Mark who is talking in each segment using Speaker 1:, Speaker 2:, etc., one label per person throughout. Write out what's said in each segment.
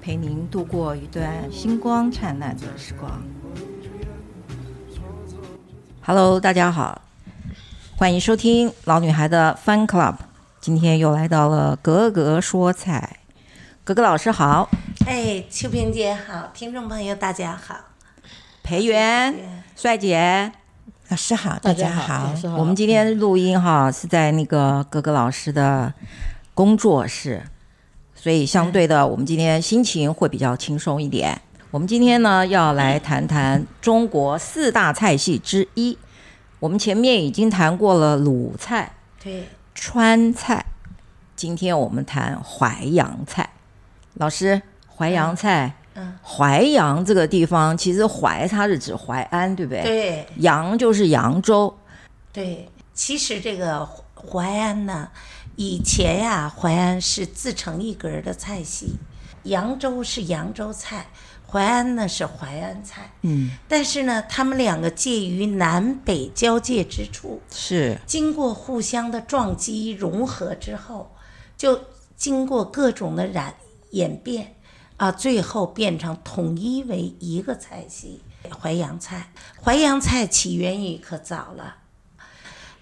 Speaker 1: 陪您度过一段星光灿烂的时光。Hello，大家好，欢迎收听老女孩的 Fan Club。今天又来到了格格说菜，格格老师好，
Speaker 2: 哎，秋萍姐好，听众朋友大家好。
Speaker 1: 裴元、帅姐，
Speaker 3: 老师好，大家
Speaker 4: 老
Speaker 3: 好。
Speaker 4: 师好
Speaker 1: 我们今天录音哈是在那个格格老师的工作室，所以相对的，我们今天心情会比较轻松一点。我们今天呢要来谈谈中国四大菜系之一。我们前面已经谈过了鲁菜、
Speaker 2: 对，
Speaker 1: 川菜，今天我们谈淮扬菜。老师，淮扬菜，
Speaker 2: 嗯，
Speaker 1: 淮扬这个地方其实淮它是指淮安，对不对？，
Speaker 2: 对
Speaker 1: 扬就是扬州。
Speaker 2: 对，其实这个淮安呢，以前呀、淮安是自成一格的菜系，扬州是扬州菜，淮安呢是淮安菜。
Speaker 1: 嗯，
Speaker 2: 但是呢，他们两个介于南北交界之处，
Speaker 1: 是
Speaker 2: 经过互相的撞击融合之后，就经过各种的染演变，啊，最后变成统一为一个菜系——淮扬菜。淮扬菜起源于可早了，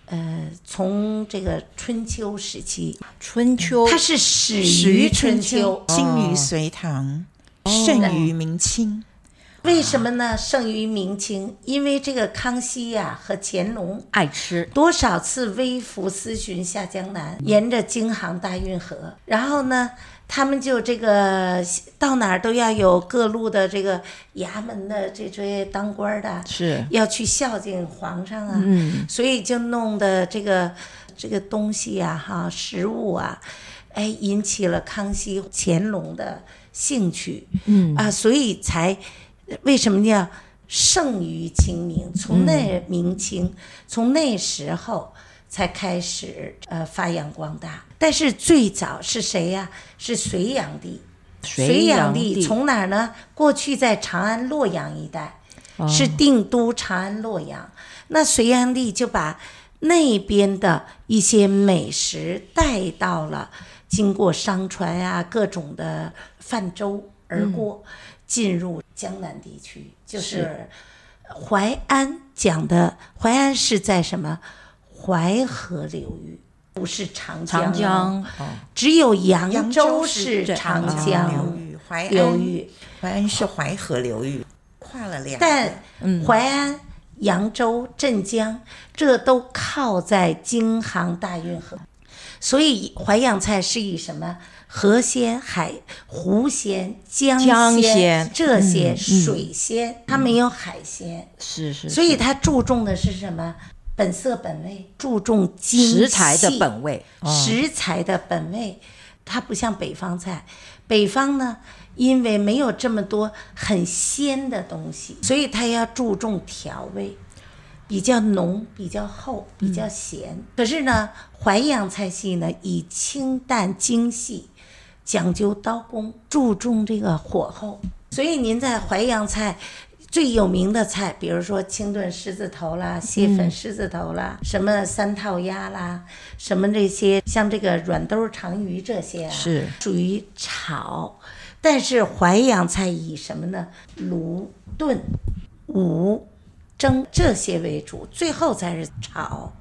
Speaker 2: 呃，从这个春秋时期，
Speaker 1: 春秋
Speaker 2: 它是始
Speaker 3: 哦始
Speaker 2: 于
Speaker 3: 于
Speaker 2: 春
Speaker 3: 春
Speaker 2: 秋哦
Speaker 3: 秋，，兴于隋唐，盛于明清。
Speaker 2: 为什么呢？胜于明清，因为这个康熙呀、和乾隆
Speaker 1: 爱吃，
Speaker 2: 多少次微服私巡下江南，沿着京杭大运河，然后呢，他们就这个到哪儿都要有各路的这个衙门的这些当官儿的，
Speaker 1: 是
Speaker 2: 要去孝敬皇上啊，所以就弄的这个这个东西呀、哈，食物啊，哎，引起了康熙、乾隆的兴趣，嗯啊，所以才为什么叫胜于清明？从那明清，从那时候才开始呃发扬光大。但是最早是谁呀、是隋炀帝。隋炀帝从哪儿呢？过去在长安、洛阳一带，是定都长安、洛阳。那隋炀帝就把那边的一些美食带到了，经过商船啊，各种的泛舟而过，进入江南地区，就是淮安讲的。淮安是在什么？淮河流域，不是长江哦。
Speaker 1: 长江
Speaker 2: 只有扬州
Speaker 3: 是
Speaker 2: 是
Speaker 3: 长
Speaker 2: 长
Speaker 3: 江
Speaker 2: 江
Speaker 3: 流域，淮
Speaker 2: 流
Speaker 3: 安
Speaker 2: 域，
Speaker 3: 淮安是淮河流域，跨了两个。嗯
Speaker 2: 但淮安、扬州、镇江这都靠在京杭大运河，所以淮扬菜是以什么河鲜、海湖鲜、江
Speaker 1: 江鲜
Speaker 2: 这些水
Speaker 3: 嗯
Speaker 2: 鲜，它没有海鲜，
Speaker 1: 是是，
Speaker 2: 所以它注重的是什么？本色本味，注重精
Speaker 1: 食材的
Speaker 2: 细
Speaker 1: 本味，哦
Speaker 2: 食材的本味，它不像北方菜。北方呢，因为没有这么多很鲜的东西，所以它要注重调味，比较浓、比较厚、比较咸。可是呢，淮扬菜系呢，以清淡精细，讲究刀工，注重这个火候。所以您在淮扬菜最有名的菜，比如说清炖狮子头啦、蟹粉狮子头啦，什么三套鸭啦，什么这些像这个软兜长鱼这些啊，
Speaker 1: 是
Speaker 2: 属于炒。但是淮扬菜以什么呢？炉炖、捂、蒸这些为主，最后才是炒。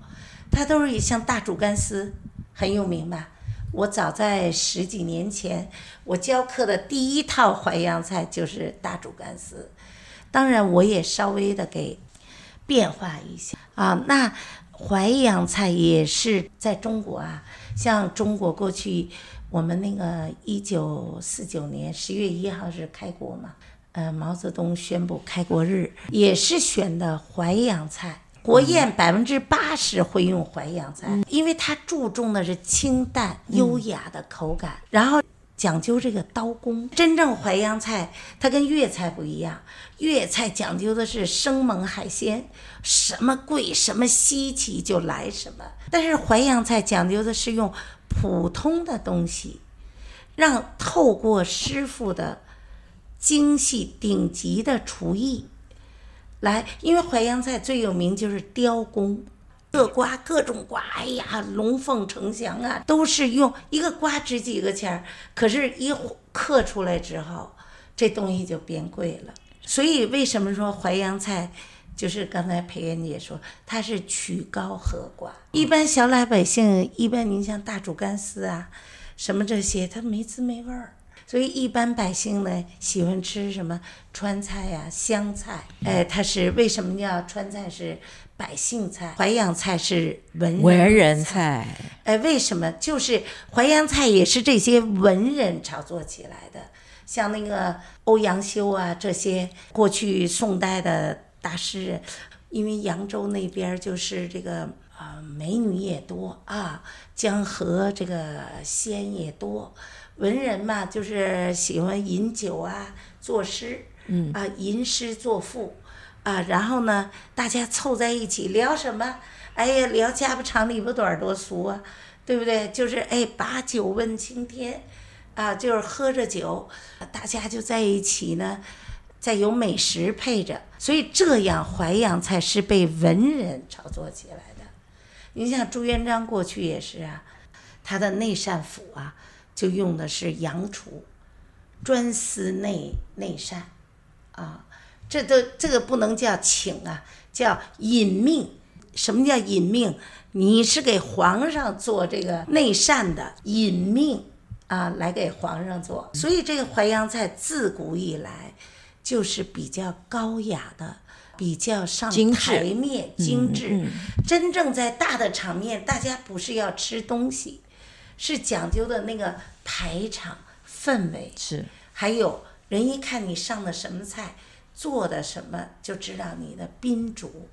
Speaker 2: 它都是像大煮干丝很有名吧？我早在十几年前，我教课的第一套淮扬菜就是大煮干丝，当然我也稍微的给变化一下啊。那淮扬菜也是在中国啊，像中国过去我们那个一九四九年十月一号是开国嘛，呃，毛泽东宣布开国日，也是选的淮扬菜。国宴百分之八十会用淮扬菜，因为它注重的是清淡优雅的口感，然后讲究这个刀工。真正淮扬菜它跟粤菜不一样，粤菜讲究的是生猛海鲜，什么贵什么稀奇就来什么。但是淮扬菜讲究的是用普通的东西，让透过师傅的精细顶级的厨艺来，因为淮扬菜最有名就是雕工。各瓜各种瓜，哎呀，龙凤呈祥啊，都是用一个瓜值几个钱儿，可是，一刻出来之后，这东西就变贵了。所以，为什么说淮扬菜，就是刚才裴元姐说，它是曲高和寡。一般小老百姓，一般您像大煮干丝啊，什么这些，它没滋没味儿。所以一般百姓呢喜欢吃什么川菜呀、啊、湘菜，哎，它是为什么叫川菜是百姓菜，淮扬菜是文
Speaker 1: 文人菜，
Speaker 2: 哎，为什么？就是淮扬菜也是这些文人炒作起来的，像那个欧阳修啊这些过去宋代的大诗人，因为扬州那边就是这个啊、呃、美女也多啊，江河这个仙也多。文人嘛，就是喜欢饮酒啊，作诗，嗯啊，吟诗作赋，啊，然后呢，大家凑在一起聊什么？哎呀，聊家不长里不短多俗啊，对不对？就是哎，把酒问青天，啊，就是喝着酒，大家就在一起呢，再有美食配着，所以这样淮扬菜是被文人炒作起来的。你像朱元璋过去也是啊，他的内膳府啊。就用的是洋厨，专司内内膳，啊，这都这个不能叫请啊，叫引命。什么叫引命？你是给皇上做这个内膳的引命啊，来给皇上做。所以这个淮扬菜自古以来就是比较高雅的，比较上台面精致。
Speaker 1: 嗯嗯、
Speaker 2: 真正在大的场面，大家不是要吃东西。是讲究的那个排场氛围，
Speaker 1: 是
Speaker 2: 还有人一看你上的什么菜，做的什么，就知道你的宾主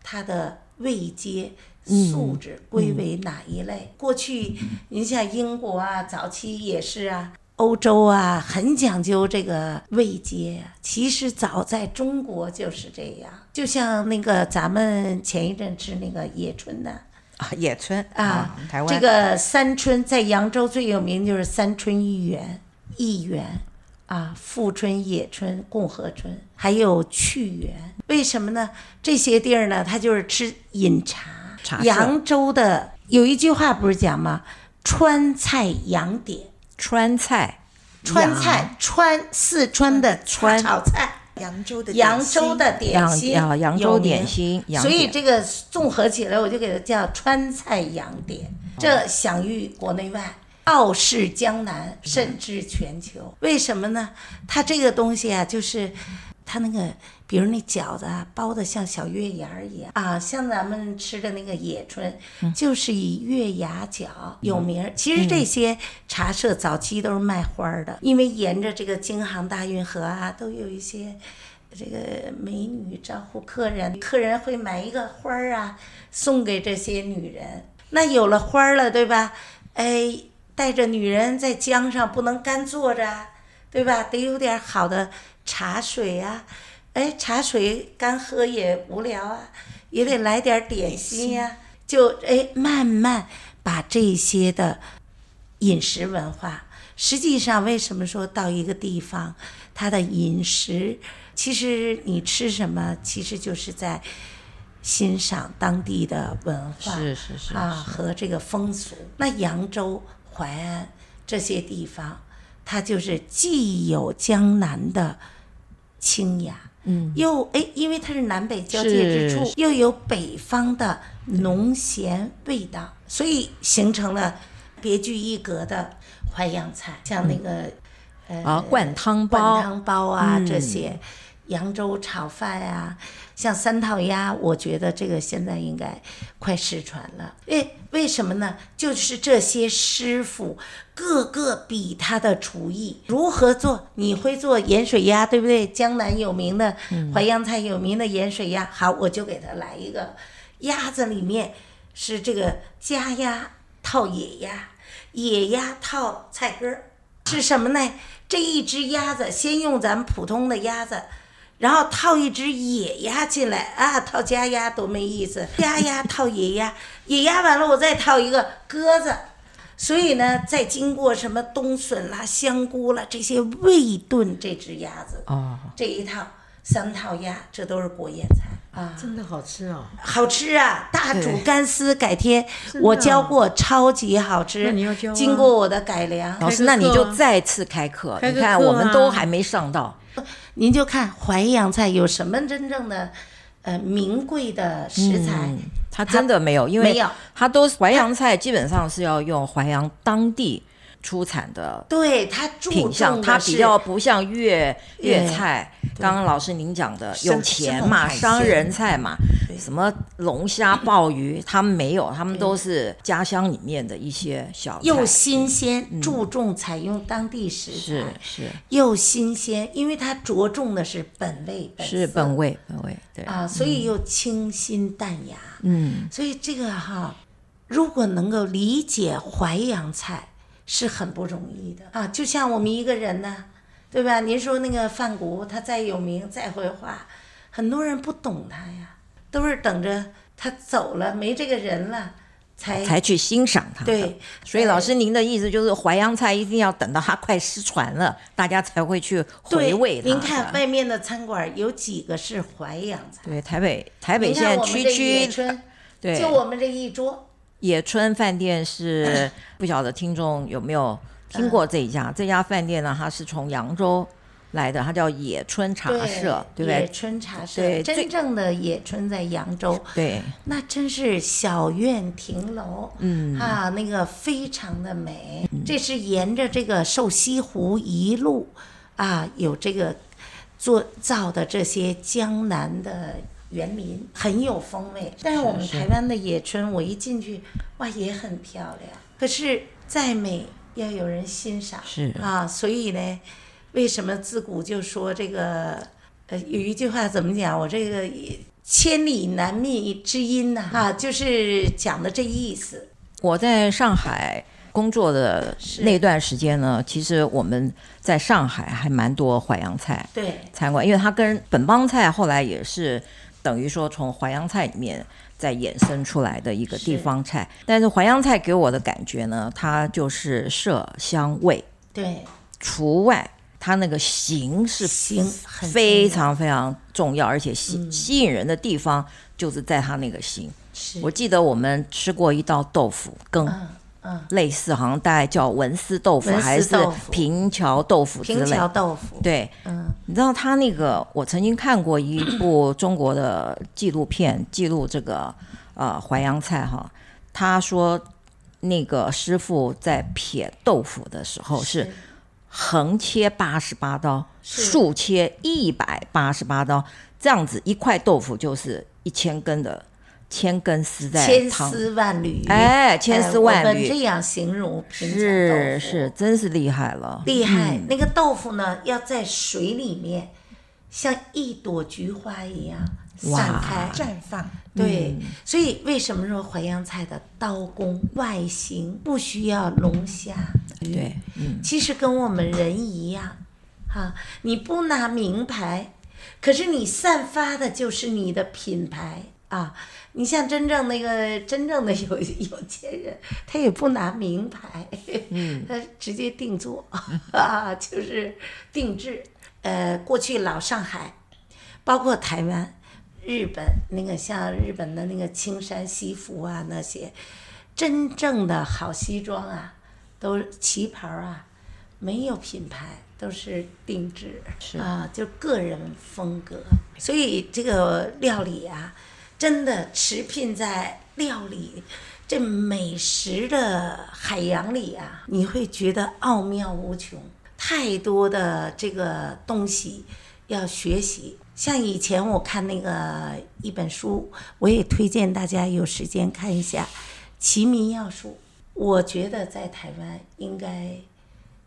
Speaker 2: 他的位阶、素质归为哪一类。
Speaker 1: 嗯、
Speaker 2: 过去您像英国啊，早期也是啊，欧洲啊，很讲究这个位阶。啊其实早在中国就是这样，就像那个咱们前一阵吃那个野春呐、啊。
Speaker 3: 啊，野村
Speaker 2: 啊，
Speaker 3: 台湾
Speaker 2: 这个三春在扬州最有名就是三春一园，一园啊，富春、野春、共和春，还有去园。为什么呢？这些地儿呢，它就是吃饮茶。
Speaker 1: 茶
Speaker 2: 扬州的有一句话不是讲吗？川菜扬典，
Speaker 1: 川菜，
Speaker 2: 川菜，川四川的川炒菜。
Speaker 3: 扬州的
Speaker 2: 扬州的点心，
Speaker 1: 扬啊扬州点心，
Speaker 2: 所以这个综合起来，我就给它叫川菜扬典。这享誉国内外，傲视江南，甚至全球。为什么呢？它这个东西啊，就是它那个，比如那饺子啊，包的像小月牙儿一样啊，像咱们吃的那个野春，就是以月牙饺有名。其实这些茶社早期都是卖花儿的，因为沿着这个京杭大运河啊，都有一些。这个美女招呼客人，客人会买一个花儿啊，送给这些女人。那有了花儿了，对吧？哎，带着女人在江上不能干坐着，对吧？得有点好的茶水啊。哎，茶水干喝也无聊啊，也得来点点心呀、啊。就哎，慢慢把这些的饮食文化，实际上为什么说到一个地方，它的饮食。其实你吃什么，其实就是在欣赏当地的文化，
Speaker 1: 是是是
Speaker 2: 啊，和这个风俗。那扬州、淮安这些地方，它就是既有江南的清雅，
Speaker 1: 嗯，
Speaker 2: 又哎，因为它是南北交界之处，又有北方的浓咸味道，所以形成了别具一格的淮扬菜，像那个。
Speaker 1: 嗯啊，灌汤
Speaker 2: 包、灌汤包啊，这些，扬州炒饭呀、啊，像三套鸭，我觉得这个现在应该快失传了。为为什么呢？就是这些师傅个个比他的厨艺如何做。你会做盐水鸭，对不对？江南有名的淮扬菜有名的盐水鸭，好，我就给他来一个，鸭子里面是这个家鸭套野鸭，野鸭套菜根儿。是什么呢？这一只鸭子，先用咱们普通的鸭子，然后套一只野鸭进来啊，套家鸭多没意思，家鸭套野鸭，野鸭完了我再套一个鸽子，所以呢，再经过什么冬笋啦、香菇啦这些味炖这只鸭子，
Speaker 1: 哦，
Speaker 2: 这一套三套鸭，这都是国宴菜啊。
Speaker 4: 真的好吃哦。
Speaker 2: 好吃啊！大煮
Speaker 4: 对
Speaker 2: 干丝改天
Speaker 4: 真的
Speaker 2: 我
Speaker 4: 啊
Speaker 2: 教过，超级好吃。
Speaker 4: 那你要教啊
Speaker 2: 经过我的改良，
Speaker 1: 老师，
Speaker 4: 开
Speaker 1: 那
Speaker 4: 个
Speaker 1: 你
Speaker 4: 课
Speaker 1: 就
Speaker 4: 啊
Speaker 1: 再次开课，
Speaker 4: 开
Speaker 1: 你
Speaker 4: 个
Speaker 1: 看
Speaker 4: 课
Speaker 1: 我们都
Speaker 4: 啊
Speaker 1: 还没上到，
Speaker 2: 您就看淮扬菜有什么真正的呃名贵的食材，
Speaker 1: 他真的没有，嗯因
Speaker 2: 没
Speaker 1: 为
Speaker 2: 有
Speaker 1: 他都是淮扬菜，基本上是要用淮扬当地出产的
Speaker 2: 对它注
Speaker 1: 品
Speaker 2: 重
Speaker 1: 相，它
Speaker 2: 的
Speaker 1: 比
Speaker 2: 是
Speaker 1: 较不像粤粤
Speaker 2: 对
Speaker 1: 菜。刚刚老师您讲的
Speaker 3: 生
Speaker 1: 有钱
Speaker 3: 生
Speaker 1: 嘛，
Speaker 3: 活海鲜
Speaker 1: 商人菜嘛，什么龙虾、鲍鱼，他们没有，他们都是家乡里面的一些小菜。
Speaker 2: 又新鲜，注重采用当地食
Speaker 1: 嗯是
Speaker 2: 材，
Speaker 1: 是
Speaker 2: 又新鲜，因为它着重的是本味，
Speaker 1: 是
Speaker 2: 色
Speaker 1: 本味本味，对，
Speaker 2: 啊，所以又清新淡雅。
Speaker 1: 嗯，
Speaker 2: 所以这个哈，如果能够理解淮扬菜是很不容易的啊。就像我们一个人呢，对吧？您说那个范谷，他再有名再会画，很多人不懂他呀，都是等着他走了，没这个人了，才
Speaker 1: 才去欣赏它。
Speaker 2: 对。哎
Speaker 1: 所以老师，您的意思就是淮扬菜一定要等到它快失传了，大家才会去回
Speaker 2: 对
Speaker 1: 味它。
Speaker 2: 您
Speaker 1: 是吧
Speaker 2: 看外面的餐馆有几个是淮扬菜？
Speaker 1: 对，台北台北
Speaker 2: 您
Speaker 1: 现
Speaker 2: 看
Speaker 1: 在
Speaker 2: 我们
Speaker 1: 区
Speaker 2: 这野
Speaker 1: 区
Speaker 2: 春，
Speaker 1: 对
Speaker 2: 就我们这一桌，
Speaker 1: 野村饭店是不晓得听众有没有
Speaker 2: 嗯
Speaker 1: 听过这一家？这家饭店呢，它是从扬州来的，它叫野村茶社，对不
Speaker 2: 野
Speaker 1: 对？
Speaker 2: 春茶社，
Speaker 1: 对最
Speaker 2: 真正的野春在扬州，
Speaker 1: 对，
Speaker 2: 那真是小院亭楼，嗯啊，那个非常的美。
Speaker 1: 嗯
Speaker 2: 这是沿着这个瘦西湖一路啊，有这个做造的这些江南的园林，很有风味。但是我们台湾的野村，我一进去，哇，也很漂亮。可是再美要有人欣赏，
Speaker 1: 是
Speaker 2: 啊，所以呢，为什么自古就说这个呃有一句话怎么讲？我这个呃千里难觅知音呐、
Speaker 1: 嗯
Speaker 2: 哈、就是讲的这意思。
Speaker 1: 我在上海工作的那段时间呢，其实我们在上海还蛮多淮扬菜
Speaker 2: 对，
Speaker 1: 餐馆，因为它跟本帮菜啊后来也是等于说从淮扬菜里面再衍生出来的一个地
Speaker 2: 是
Speaker 1: 方菜。但是淮扬菜给我的感觉呢，它就是色香味。
Speaker 2: 对，
Speaker 1: 除外，它那个形是
Speaker 2: 形嗯很重
Speaker 1: 非
Speaker 2: 要
Speaker 1: 常非常重要，而且吸、吸引人的地方就是在它那个形。
Speaker 2: 是
Speaker 1: 我记得我们吃过一道豆腐羹，
Speaker 2: 嗯
Speaker 1: 类似好像大概叫文思豆腐
Speaker 2: 文思
Speaker 1: 还是
Speaker 2: 豆腐
Speaker 1: 平桥豆腐之
Speaker 2: 平
Speaker 1: 类
Speaker 2: 桥。豆腐。
Speaker 1: 对，
Speaker 2: 嗯，
Speaker 1: 你知道他那个，我曾经看过一部中国的纪录片，记录这个呃淮扬菜哈。他说那个师傅在撇豆腐的时候哦是横切八十八刀，
Speaker 2: 是
Speaker 1: 竖切一百八十八刀，这样子一块豆腐就是一千根的千根丝在
Speaker 2: 千
Speaker 1: 汤里。
Speaker 2: 丝万缕，
Speaker 1: 哎千丝万缕
Speaker 2: 我们这样形容平桥豆腐
Speaker 1: 是是，真是厉害了。
Speaker 2: 厉害。那个豆腐呢，要在水里面像一朵菊花一样散开，
Speaker 3: 绽放，
Speaker 2: 对，所以为什么说淮扬菜的刀工外形不需要龙虾？
Speaker 1: 对，嗯，
Speaker 2: 其实跟我们人一样，哈、你不拿名牌，可是你散发的就是你的品牌啊。你像真正那个真正的有有钱人，他也不拿名牌，他直接定做 啊，就是定制。呃，过去老上海，包括台湾、日本那个像日本的那个青山西服啊那些，真正的好西装啊，都是旗袍啊，没有品牌，都是定制啊，就个人风格。所以这个料理啊，真的驰骋在料理这美食的海洋里啊，你会觉得奥妙无穷，太多的这个东西要学习。像以前我看那个一本书，我也推荐大家有时间看一下《齐民要术》，我觉得在台湾应该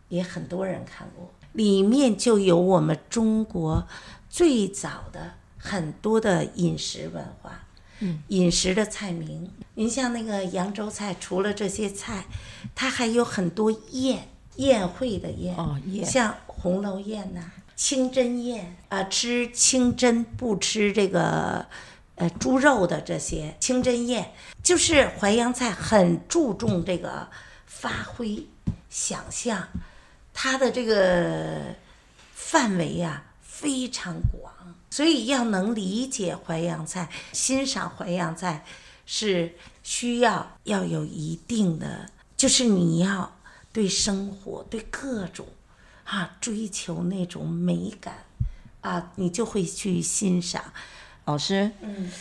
Speaker 2: 也很多人看过，里面就有我们中国最早的很多的饮食文化，嗯，饮食的菜名。您像那个扬州菜，除了这些菜，它还有很多宴，宴会的宴，
Speaker 1: 哦宴
Speaker 2: 像红楼宴呐、清真宴啊、吃清真不吃这个呃猪肉的这些清真宴，就是淮扬菜很注重这个发挥想象，它的这个范围呀、非常广，所以要能理解淮扬菜、欣赏淮扬菜是需要要有一定的，就是你要对生活、对各种啊追求那种美感啊，你就会去欣赏。
Speaker 1: 老师，嗯，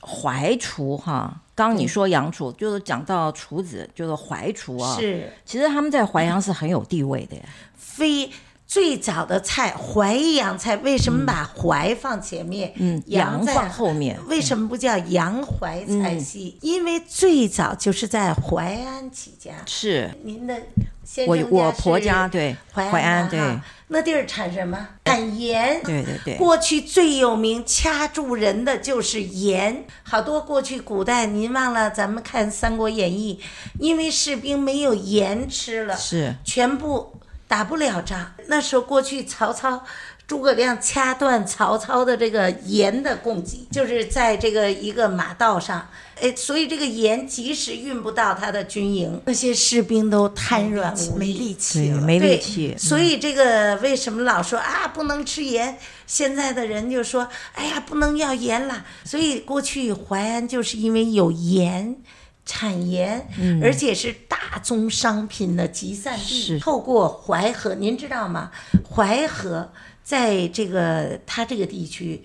Speaker 1: 淮厨哈，刚刚你说洋厨，就是讲到厨子，就是淮厨啊，，
Speaker 2: 是
Speaker 1: 其实他们在淮扬是很有地位的耶，
Speaker 2: 非最早的菜，淮扬菜为什么把淮放前面？
Speaker 1: 嗯，洋
Speaker 2: 菜
Speaker 1: 放后面，
Speaker 2: 为什么不叫洋淮菜
Speaker 1: 嗯
Speaker 2: 系？因为最早就是在淮安起家。
Speaker 1: 是
Speaker 2: 您的先
Speaker 1: 我
Speaker 2: 生
Speaker 1: 我
Speaker 2: 是
Speaker 1: 婆家对
Speaker 2: 淮安
Speaker 1: 淮安
Speaker 2: 嘛
Speaker 1: 对
Speaker 2: 哈那地儿产什么？产盐。
Speaker 1: 对对对
Speaker 2: 过去最有名掐住人的就是盐，好多过去古代您忘了，咱们看《三国演义》，因为士兵没有盐吃了，
Speaker 1: 是
Speaker 2: 全部打不了仗。那时候过去曹操。诸葛亮掐断曹操的这个盐的供给，就是在这个一个马道上，哎，所以这个盐及时运不到他的军营，那些士兵都瘫软无
Speaker 3: 没
Speaker 2: 力。
Speaker 3: 力气
Speaker 1: 对，
Speaker 3: 了。
Speaker 1: 没
Speaker 2: 对，
Speaker 1: 力气，嗯
Speaker 2: 所以这个为什么老说啊不能吃盐？现在的人就说，哎呀，不能要盐了。所以过去淮安就是因为有盐。产盐，而且是大宗商品的集散地。
Speaker 1: 是
Speaker 2: 透过淮河，您知道吗？淮河在这个它这个地区，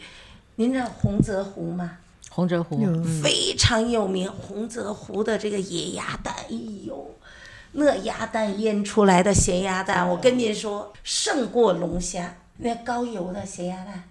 Speaker 2: 您知道洪泽湖吗？
Speaker 1: 洪泽湖，
Speaker 2: 非常有名，洪泽湖的这个野鸭蛋，哎呦，那鸭蛋腌出来的咸鸭蛋，我跟您说，胜过龙虾，那高油的咸鸭蛋。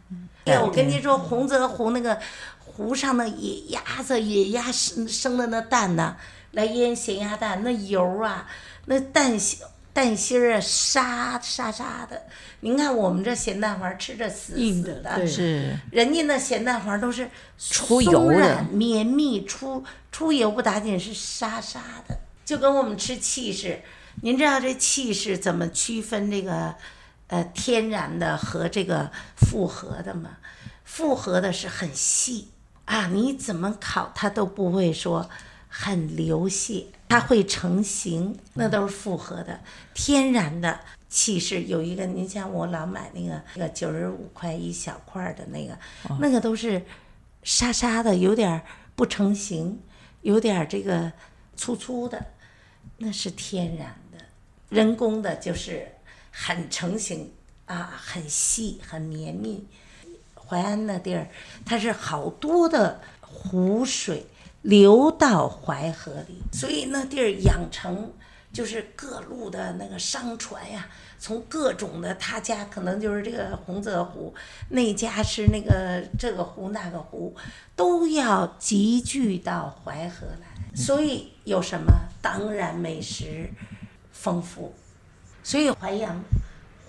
Speaker 2: 哎，我跟您说，洪泽湖那个湖上的野鸭子、野鸭生生的那蛋呢，来腌咸鸭蛋，那油啊，那蛋心蛋心儿啊，沙沙沙的。您看我们这咸蛋黄吃着死死的，
Speaker 1: 是
Speaker 2: 人家那咸蛋黄都是
Speaker 1: 出油
Speaker 2: 松
Speaker 1: 的
Speaker 2: 软绵密出出油不打紧，是沙沙的，就跟我们吃气势。您知道这气势怎么区分这个呃天然的和这个复合的吗？复合的是很细啊，你怎么烤它都不会说很流泻，它会成型，那都是复合的，天然的。气势有一个，您像我老买那个那个九十五块一小块儿的那个，那个都是沙沙的，有点儿不成形，有点儿这个粗粗的，那是天然的。人工的就是很成型啊，很细，很绵密。淮安那地儿，它是好多的湖水流到淮河里，所以那地儿养成就是各路的那个商船呀、从各种的他家可能就是这个洪泽湖，那家是那个这个湖那个湖，都要集聚到淮河来，所以有什么？当然美食丰富，所以淮扬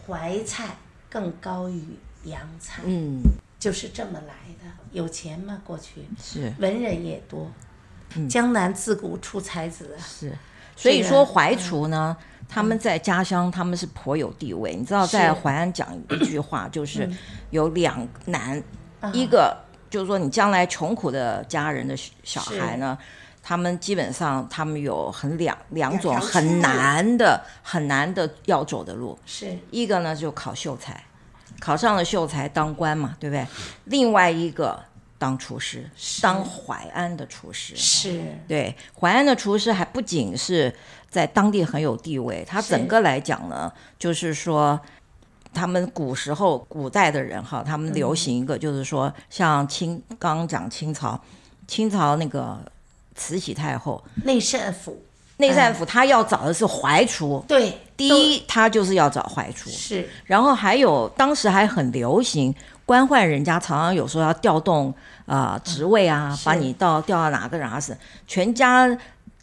Speaker 2: 淮菜更高于扬菜。
Speaker 1: 嗯
Speaker 2: 就是这么来的。有钱嘛，过去
Speaker 1: 是
Speaker 2: 文人也多，江南自古出才子啊。
Speaker 1: 是，所以
Speaker 2: 这个
Speaker 1: 说淮厨呢，他们在家乡他们是颇有地位。你知道，在淮安讲一句话，就是有两难，一个就是说你将来穷苦的家人的小小
Speaker 2: 是
Speaker 1: 孩呢。他们基本上，他们有很两两种
Speaker 3: 两条出
Speaker 1: 很
Speaker 3: 路
Speaker 1: 难的、很难的要走的路。
Speaker 2: 是
Speaker 1: 一个呢就考秀才，考上了秀才当官嘛，对不对？另外一个当厨师，当淮安的厨师。
Speaker 2: 是，
Speaker 1: 对，淮安的厨师还不仅是在当地很有地位，他
Speaker 2: 是
Speaker 1: 整个来讲呢，就是说。他们古时候古代的人哈，他们流行一个，就是说，像清刚刚讲清朝，清朝那个慈禧太后
Speaker 2: 内膳府
Speaker 1: 内战府，她要找的是淮厨。
Speaker 2: 对，
Speaker 1: 第
Speaker 2: 都
Speaker 1: 一，她就是要找淮厨。
Speaker 2: 是
Speaker 1: 然后还有当时还很流行，官宦人家常常有时候要调动啊、呃职位啊，
Speaker 2: 是
Speaker 1: 把你到调到哪个哪个省，全家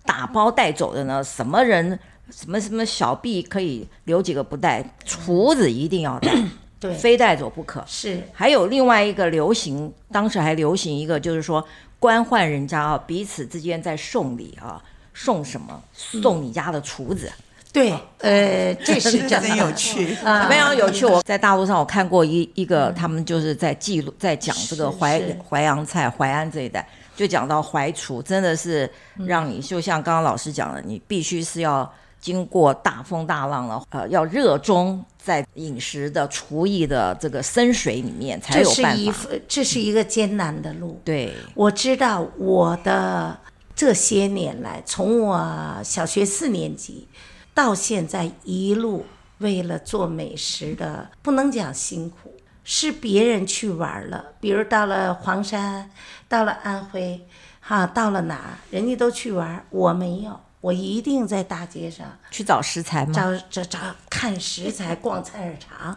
Speaker 1: 打包带走的呢，什么人什么什么小婢可以留几个不带，厨子一定要带，
Speaker 2: 对
Speaker 1: 非带走不可。
Speaker 2: 是
Speaker 1: 还有另外一个流行，当时还流行一个，就是说官宦人家啊，彼此之间在送礼啊，送什么？送你家的厨子，
Speaker 2: 对，呃，这是真的
Speaker 3: 真有趣
Speaker 2: 啊，
Speaker 1: 非常有趣。我在大陆上我看过一一个，他们就是在记录，在讲这个淮
Speaker 2: 嗯是
Speaker 1: 淮扬菜、淮安这一带，就讲到淮厨，真的是
Speaker 2: 嗯
Speaker 1: 让你就像刚刚老师讲的，你必须是要经过大风大浪了，呃，要热衷在饮食的厨艺的这个深水里面才
Speaker 2: 这
Speaker 1: 有
Speaker 2: 是
Speaker 1: 办
Speaker 2: 一
Speaker 1: 法。
Speaker 2: 份这是一个艰难的路。
Speaker 1: 对，
Speaker 2: 我知道我的这些年来，从我小学四年级到现在一路为了做美食的，不能讲辛苦，是别人去玩儿了，比如到了黄山，到了安徽，哈、到了哪儿，人家都去玩儿，我没有，我一定在大街上
Speaker 1: 去找食材嘛。
Speaker 2: 找找找看食材，逛菜市场，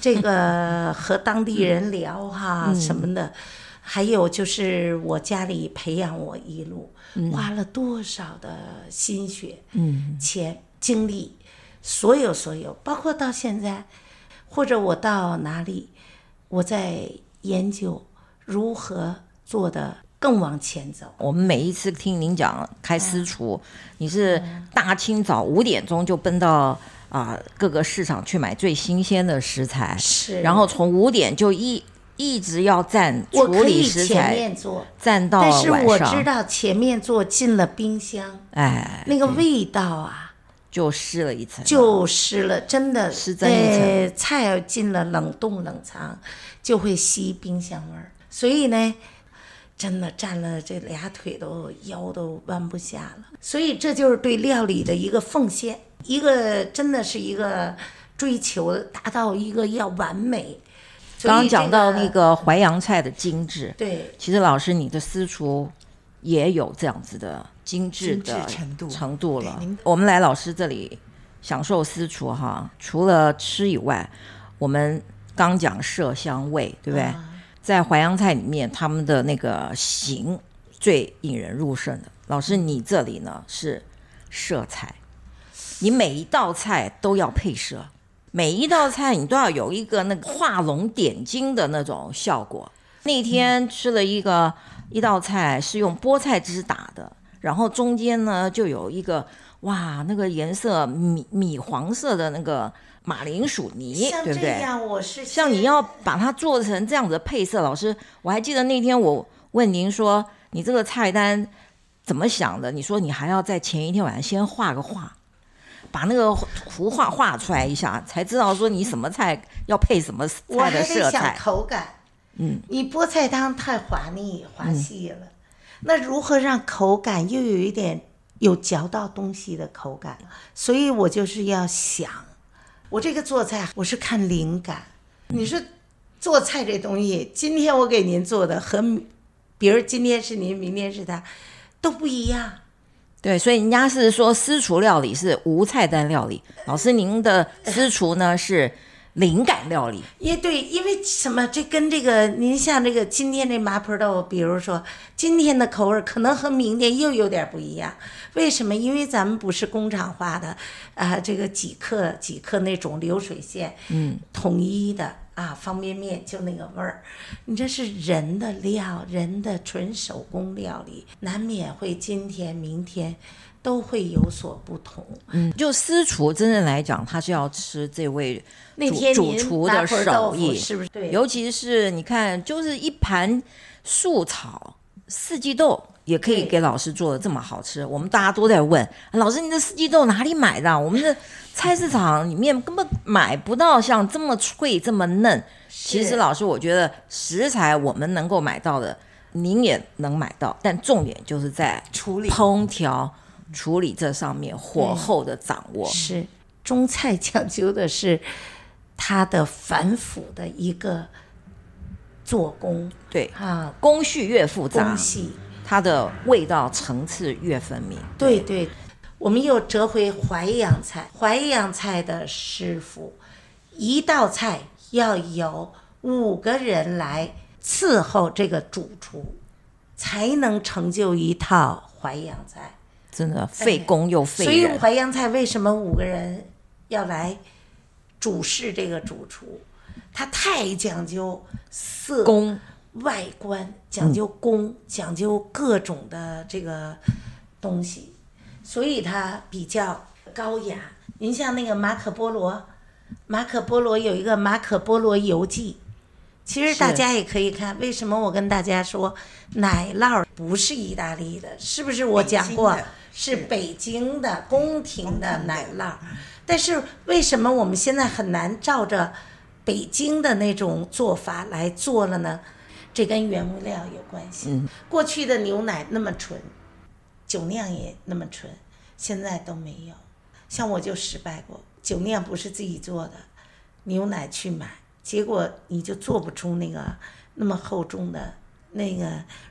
Speaker 2: 这个和当地
Speaker 1: 嗯
Speaker 2: 人聊哈、什么的，还有就是我家里培养我一路，
Speaker 1: 嗯
Speaker 2: 花了多少的心血、嗯、钱、精力，所有所有，包括到现在，或者我到哪里，我在研究如何做的更往前走。
Speaker 1: 我们每一次听您讲开
Speaker 2: 嗯
Speaker 1: 私厨，你是大清早五点钟就奔到啊、各个市场去买最新鲜的食材，
Speaker 2: 是
Speaker 1: 然后从五点就一一直要站
Speaker 2: 我
Speaker 1: 处
Speaker 2: 可
Speaker 1: 理
Speaker 2: 以
Speaker 1: 食
Speaker 2: 前
Speaker 1: 材，
Speaker 2: 面做，
Speaker 1: 站到
Speaker 2: 但是我
Speaker 1: 晚
Speaker 2: 知
Speaker 1: 上，
Speaker 2: 道前面做进了冰箱。
Speaker 1: 哎，
Speaker 2: 那个味道啊，
Speaker 1: 就湿了一层，
Speaker 2: 就湿了，真的
Speaker 1: 湿蒸一层
Speaker 2: 呃菜进了冷冻冷藏，就会吸冰箱味儿。所以呢，真的站了这俩腿都腰都弯不下了。所以这就是对料理的一个奉献，一个真的是一个追求，达到一个要完美。所以
Speaker 1: 刚刚讲到
Speaker 2: 这
Speaker 1: 那个淮扬菜的精致，
Speaker 2: 对
Speaker 1: 其实老师你的私厨也有这样子的精致的
Speaker 3: 精致程度
Speaker 1: 程度了
Speaker 3: 对您。
Speaker 1: 我们来老师这里享受私厨哈，除了吃以外，我们刚讲麝香味，对不对？
Speaker 3: 啊
Speaker 1: 在淮扬菜里面，他们的那个形最引人入胜的。老师，你这里呢是色彩，你每一道菜都要配色，每一道菜你都要有一个那个画龙点睛的那种效果。那天吃了一个一道菜是用菠菜汁打的，然后中间呢就有一个哇，那个颜色米米黄色的那个马铃薯泥，
Speaker 2: 像
Speaker 1: 对不
Speaker 2: 这
Speaker 1: 对？
Speaker 2: 样，我是
Speaker 1: 像你要把它做成这样子的配色，老师，我还记得那天我问您说你这个菜单怎么想的？你说你还要在前一天晚上先画个画，把那个图画画出来一下，才知道说你什么菜要配什么
Speaker 2: 我
Speaker 1: 菜
Speaker 2: 还
Speaker 1: 的
Speaker 2: 得
Speaker 1: 色
Speaker 2: 想
Speaker 1: 彩。
Speaker 2: 口感。嗯，你菠菜汤太滑腻滑
Speaker 1: 嗯
Speaker 2: 细了，那如何让口感又有一点有嚼到东西的口感？所以我就是要想，我这个做菜我是看灵感。
Speaker 1: 嗯
Speaker 2: 你说做菜这东西，今天我给您做的和，比如今天是您，明天是他，都不一样。
Speaker 1: 对，所以人家是说私厨料理是无菜单料理，老师您的私厨呢是灵感料理。
Speaker 2: 也对，因为什么？这跟这个，您像这个今天这麻婆豆腐，比如说今天的口味儿，可能和明天又有点不一样。为什么？因为咱们不是工厂化的，啊、这个几克几克那种流水线，嗯，统一的啊，方便面就那个味儿。你这是人的料，人的纯手工料理，难免会今天明天都会有所不同。
Speaker 1: 嗯，就私厨真正来讲，他是要吃这位
Speaker 2: 那
Speaker 1: 主
Speaker 2: 天
Speaker 1: 主
Speaker 2: 您
Speaker 1: 厨
Speaker 2: 麻
Speaker 1: 的
Speaker 2: 婆豆
Speaker 1: 手
Speaker 2: 腐
Speaker 1: 艺
Speaker 2: 是不是对
Speaker 1: 尤其是你看，就是一盘素草四季豆。也可以
Speaker 2: 对
Speaker 1: 给老师做的这么好吃，
Speaker 2: 嗯
Speaker 1: 我们大家都在问老师，你的四季豆哪里买的啊？我们的菜市场里面根本买不到像这么脆这么嫩。其实老师，我觉得食材我们能够买到的，您也能买到，但重点就是在
Speaker 3: 处理
Speaker 1: 烹调、处理这上面火候的掌握。
Speaker 2: 是中菜 讲究的是它的反腐的一个做工
Speaker 1: 对，
Speaker 2: 啊，
Speaker 1: 工序越复杂
Speaker 2: 工，序。
Speaker 1: 它的味道层次越分明。
Speaker 2: 对对，我们又折回淮扬菜，淮扬菜的师傅，一道菜要有五个人来伺候这个主厨，才能成就一套淮扬菜。
Speaker 1: 真的费工又
Speaker 2: 哎所
Speaker 1: 费
Speaker 2: 以
Speaker 1: 人。
Speaker 2: 淮扬菜为什么五个人要来主事这个主厨？他太讲究色
Speaker 1: 工
Speaker 2: 外观，讲究工，讲究各种的这个东西，所以它比较高雅。您像那个马可波罗，马可波罗有一个《马可波罗游记》，其实大家也可以看。为什么我跟大家说奶酪不是意大利的？是不是我讲过
Speaker 3: 北京的
Speaker 2: 是
Speaker 3: 是
Speaker 2: 北京的宫廷的奶酪？但是为什么我们现在很难照着北京的那种做法来做了呢？这跟原物料有关系。
Speaker 3: 嗯
Speaker 2: 过去的牛奶那么纯，酒酿也那么纯，现在都没有。像我就失败过，酒酿不是自己做的，牛奶去买，结果你就做不出那个那么厚重的那个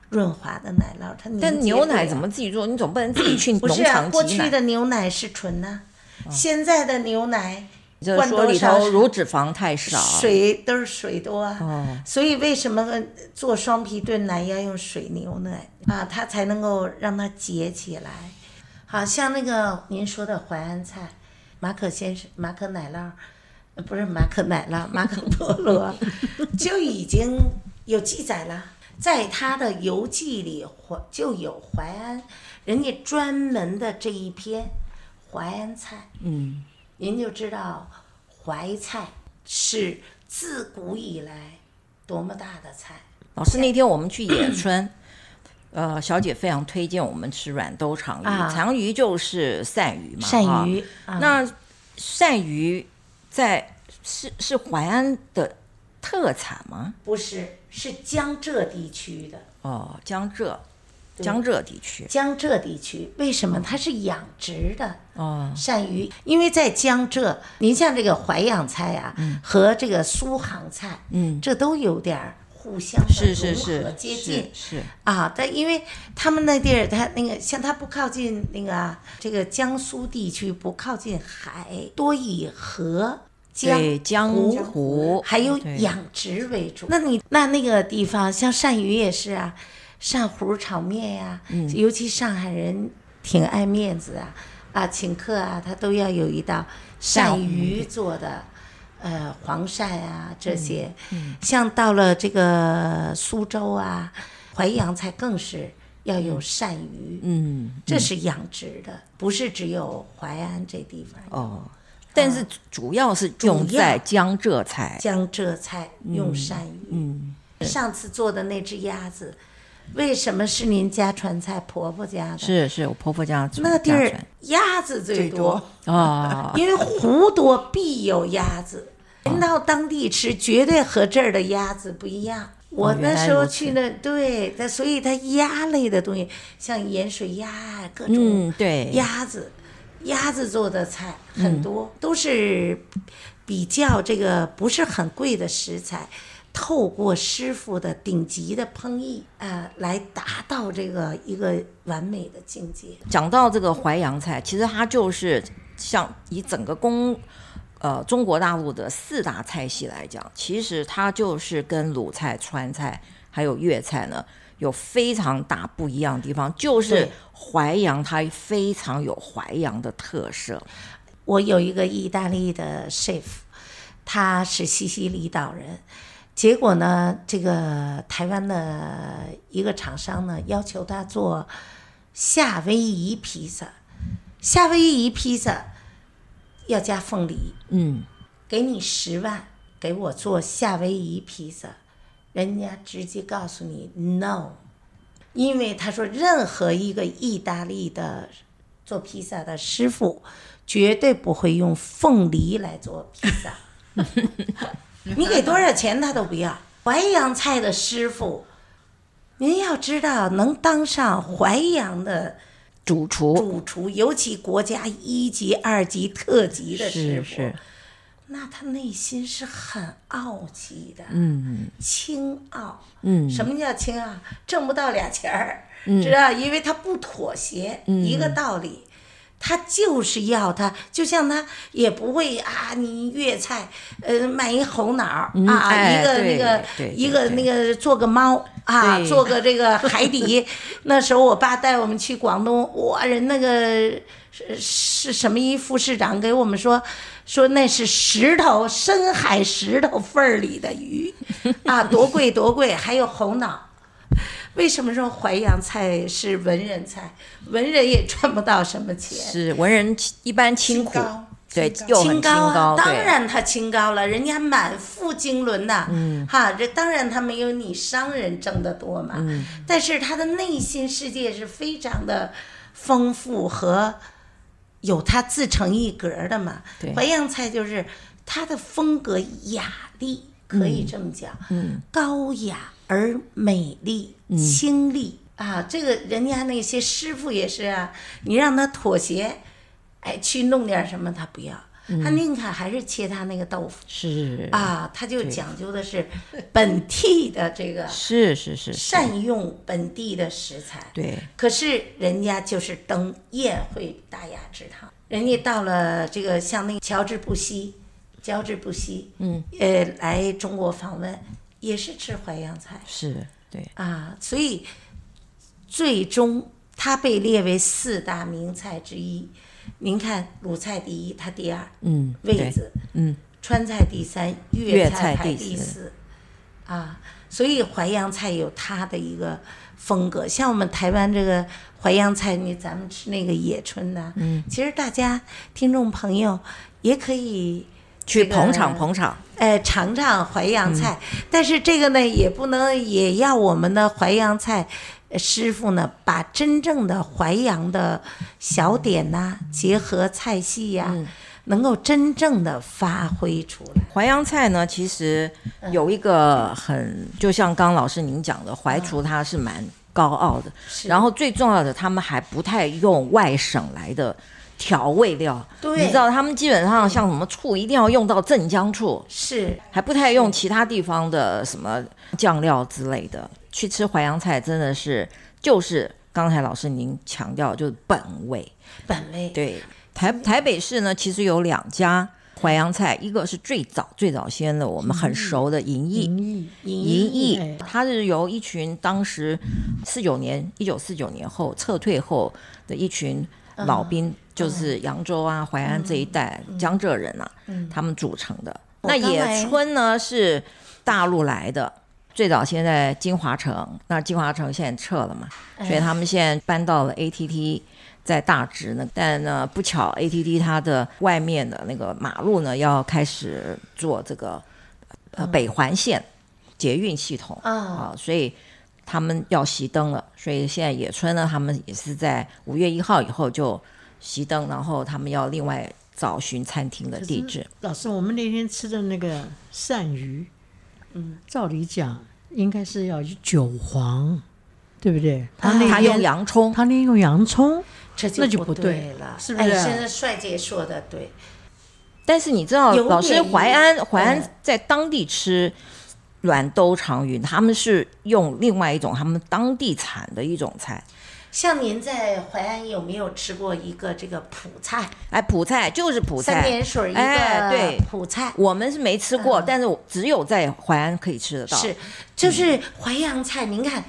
Speaker 2: 润滑的奶酪。它凝
Speaker 1: 但
Speaker 2: 结
Speaker 1: 牛
Speaker 2: 不
Speaker 1: 奶
Speaker 2: 了
Speaker 1: 怎么自己做？你总不能自己去
Speaker 2: 不
Speaker 1: 农
Speaker 2: 是啊
Speaker 1: 场？
Speaker 2: 过
Speaker 1: 挤
Speaker 2: 去
Speaker 1: 奶。
Speaker 2: 的牛奶是纯呐、现在的牛奶
Speaker 1: 就是
Speaker 2: 灌
Speaker 1: 说
Speaker 2: 多
Speaker 1: 里
Speaker 2: 少
Speaker 1: 头乳脂肪太少，
Speaker 2: 水都是水多啊。
Speaker 1: 哦
Speaker 2: 所以为什么呃做双皮炖奶要用水牛奶啊？它才能够让它结起来。好像那个您说的淮安菜，马可先生、马可奶酪，呃不是马可奶酪，马可波罗 就已经有记载了，在他的游记里淮就有淮安，人家专门的这一篇淮安菜，嗯，您就知道淮菜是自古以来多么大的菜。
Speaker 1: 老师那天我们 去野村，呃，小姐非常推荐我们吃软兜长鱼，
Speaker 2: 啊
Speaker 1: 长鱼就是鳝鱼嘛，
Speaker 2: 鳝鱼，
Speaker 1: 啊。
Speaker 2: 啊、
Speaker 1: 那鳝鱼在是是淮安的特产吗？
Speaker 2: 不是是江浙地区的，
Speaker 1: 哦，江浙，江浙地区
Speaker 2: 江浙地区为什么它是养殖的？
Speaker 1: 哦，
Speaker 2: 鳝鱼，因为在江浙，您像这个淮扬菜啊，和这个苏杭菜，
Speaker 1: 嗯
Speaker 2: 这都有点儿互相的
Speaker 1: 是是
Speaker 2: 融合
Speaker 1: 是
Speaker 2: 接近
Speaker 1: 是是，
Speaker 2: 啊，但因为他们那地儿，它那个像它不靠近那个啊这个江苏地区，不靠近海，多以河、江
Speaker 1: 对江湖
Speaker 2: 还有
Speaker 1: 对
Speaker 2: 养殖为主。那你那那个地方，像鳝鱼也是啊，鳝糊炒面呀、
Speaker 1: 嗯
Speaker 2: 尤其上海人挺爱面子啊，啊，请客啊，他都要有一道鳝鱼做的。呃，黄鳝啊，
Speaker 1: 嗯
Speaker 2: 这些，像到了这个苏州啊，淮扬菜更是要有鳝鱼，
Speaker 1: 嗯
Speaker 2: 这是养殖的，不是只有淮安这地方有。
Speaker 1: 哦，但
Speaker 2: 啊
Speaker 1: 是主要是用
Speaker 2: 主要
Speaker 1: 在江浙菜，
Speaker 2: 江浙菜
Speaker 1: 嗯
Speaker 2: 用鳝鱼。上次做的那只鸭子，为什么是您家传菜婆婆家的？
Speaker 1: 是是我婆婆家族
Speaker 2: 那地
Speaker 1: 家
Speaker 2: 儿啊
Speaker 1: 传
Speaker 2: 鸭子最多，
Speaker 1: 哦，
Speaker 2: 因为湖多必有鸭子。人到当地吃，绝对和这儿的鸭子不一样。我
Speaker 1: 哦原
Speaker 2: 那
Speaker 1: 来
Speaker 2: 时候
Speaker 1: 如此
Speaker 2: 去那，对，它所以它鸭类的东西，像盐水鸭啊，各种、
Speaker 1: 嗯，对，
Speaker 2: 鸭子，鸭子做的菜很多、都是比较这个不是很贵的食材，透过师傅的顶级的烹艺啊、呃来达到这个一个完美的境界。
Speaker 1: 讲到这个淮扬菜，其实它就是像以整个公呃中国大陆的四大菜系来讲，其实它就是跟鲁菜、川菜还有粤菜呢有非常大不一样的地方，就是
Speaker 2: 对
Speaker 1: 淮扬它非常有淮扬的特色。
Speaker 2: 我有一个意大利的 chef，他是西西里岛人，结果呢，这个台湾的一个厂商呢要求他做夏威夷披萨，夏威夷披萨要加凤梨，
Speaker 1: 嗯，
Speaker 2: 给你十万，给我做夏威夷披萨，人家直接告诉你 no，因为他说任何一个意大利的做披萨的师傅绝对不会用凤梨来做披萨， 你给多少钱他都不要。淮扬菜的师傅，您要知道能当上淮扬的
Speaker 1: 主厨
Speaker 2: 主厨，尤其国家一级、二级、特级的师
Speaker 1: 是
Speaker 2: 傅。
Speaker 1: 是，
Speaker 2: 那他内心是很傲气的，
Speaker 1: 嗯
Speaker 2: 清傲。
Speaker 1: 嗯
Speaker 2: 什么叫清傲？挣不到俩钱儿，知道？因为他不妥协，
Speaker 1: 嗯
Speaker 2: 一个道理。他就是要他，就像他也不会啊，你粤菜，呃，卖一猴脑儿、
Speaker 1: 嗯
Speaker 2: 啊，
Speaker 1: 哎
Speaker 2: 一个
Speaker 1: 对
Speaker 2: 那个
Speaker 1: 对对
Speaker 2: 一个
Speaker 1: 对
Speaker 2: 那个做个猫啊，
Speaker 1: 对
Speaker 2: 做个这个海 底。那时候我爸带我们去广东，哇，人那个是是什么一副市长给我们说，说那是石头深海石头缝儿里的鱼啊，多贵多贵，还有猴脑。为什么说淮扬菜是文人菜？文人也赚不到什么钱，
Speaker 1: 是文人一般清苦
Speaker 3: 清高
Speaker 1: 对，又很
Speaker 2: 清
Speaker 1: 清
Speaker 2: 高啊，当
Speaker 1: 对，
Speaker 2: 然他清高了，人家满腹经纶呐、
Speaker 1: 嗯
Speaker 2: 哈，这当然他没有你商人挣得多嘛，
Speaker 1: 嗯
Speaker 2: 但是他的内心世界是非常的丰富和有他自成一格的嘛。
Speaker 1: 对
Speaker 2: 淮扬菜就是他的风格雅丽，可以这么讲，
Speaker 1: 嗯
Speaker 2: 高雅而美丽、清丽啊，这个人家那些师傅也是啊，你让他妥协。哎，去弄点什么，他不要，
Speaker 3: 嗯
Speaker 2: 他宁可还是切他那个豆腐
Speaker 3: 是
Speaker 2: 啊，他就讲究的是本地的这个
Speaker 3: 是是是，是
Speaker 2: 善用本地的食材。
Speaker 3: 对，
Speaker 2: 可是人家就是登宴会大雅之堂，人家到了这个像那个乔治布希，乔治布希，嗯，呃，来中国访问也是吃淮扬菜
Speaker 3: 是，对，
Speaker 2: 啊，所以最终它被列为四大名菜之一。您看，鲁菜第一，它第二，
Speaker 1: 嗯，
Speaker 2: 位
Speaker 1: 对
Speaker 2: 子，
Speaker 1: 嗯，
Speaker 2: 川菜第三，
Speaker 1: 粤
Speaker 2: 粤
Speaker 1: 菜
Speaker 2: 排
Speaker 1: 第
Speaker 2: 第
Speaker 1: 四
Speaker 2: 四，啊，所以淮扬菜有它的一个风格。像我们台湾这个淮扬菜，你咱们吃那个野春呐、嗯，其实大家听众朋友也可以
Speaker 1: 去
Speaker 2: 这个
Speaker 1: 捧场捧场，
Speaker 2: 呃，尝尝淮扬菜，但是这个呢，也不能也要我们的淮扬菜呃师傅呢，把真正的淮扬的小点呐、结合菜系呀、能够真正的发挥出来。
Speaker 1: 淮扬菜呢，其实有一个很，就像刚老师您讲的，淮厨它是蛮高傲的，
Speaker 2: 嗯
Speaker 1: 然后最重要的，他们还不太用外省来的调味料，
Speaker 2: 对
Speaker 1: 你知道他们基本上像什么醋一定要用到镇江醋，
Speaker 2: 是
Speaker 1: 还不太用其他地方的什么酱料之类的。去吃淮扬菜真的是就是刚才老师您强调就是本味，
Speaker 2: 本味，
Speaker 1: 对，台台北市呢，其实有两家淮扬菜，一个是最早最早先的我们很熟的银翼，
Speaker 2: 银
Speaker 1: 银翼
Speaker 3: 哎，
Speaker 1: 它是由一群当时四九年一九四九年后撤退后的一群老兵，就是扬州啊、淮安这一带、江浙人啊，他们组成的。
Speaker 2: 我
Speaker 1: 那
Speaker 2: 刚来
Speaker 1: 野村呢是大陆来的，最早先在金华城，那金华城现在撤了嘛，
Speaker 2: 哎
Speaker 1: 所以他们现在搬到了 ATT。在大直呢，但呢不巧，ATT 它的外面的那个马路呢要开始做这个呃北环线捷运系统
Speaker 4: 哦
Speaker 2: 啊
Speaker 1: 啊，所以他们要熄灯了，所以现在野村呢，他们也是在五月一号以后就熄灯，然后他们要另外找寻餐厅的地址。
Speaker 4: 老师，我们那天吃的那个鳝鱼，嗯，照理讲应该是要韭黄，对不对？他那
Speaker 1: 他用
Speaker 4: 天、
Speaker 1: 洋葱，
Speaker 4: 他那天用洋葱，
Speaker 2: 这
Speaker 4: 那就
Speaker 2: 不
Speaker 4: 不对
Speaker 2: 了，
Speaker 4: 是不是
Speaker 2: 哎，现在帅姐说的对，
Speaker 1: 但是你知道，
Speaker 2: 有点
Speaker 1: 老师淮
Speaker 2: 意
Speaker 1: 安
Speaker 2: 思
Speaker 1: 淮
Speaker 2: 嗯
Speaker 1: 安在当地吃软兜长云，他们是用另外一种他们当地产的一种菜，
Speaker 2: 像您在淮安有没有吃过一个这个普菜？
Speaker 1: 哎，普菜就是普
Speaker 2: 三
Speaker 1: 菜
Speaker 2: 点。水一
Speaker 1: 哎
Speaker 2: 个
Speaker 1: 对
Speaker 2: 普菜，
Speaker 1: 我们是没吃过，但是我只有在淮安可以吃得到。
Speaker 2: 是，就是淮扬菜。您看，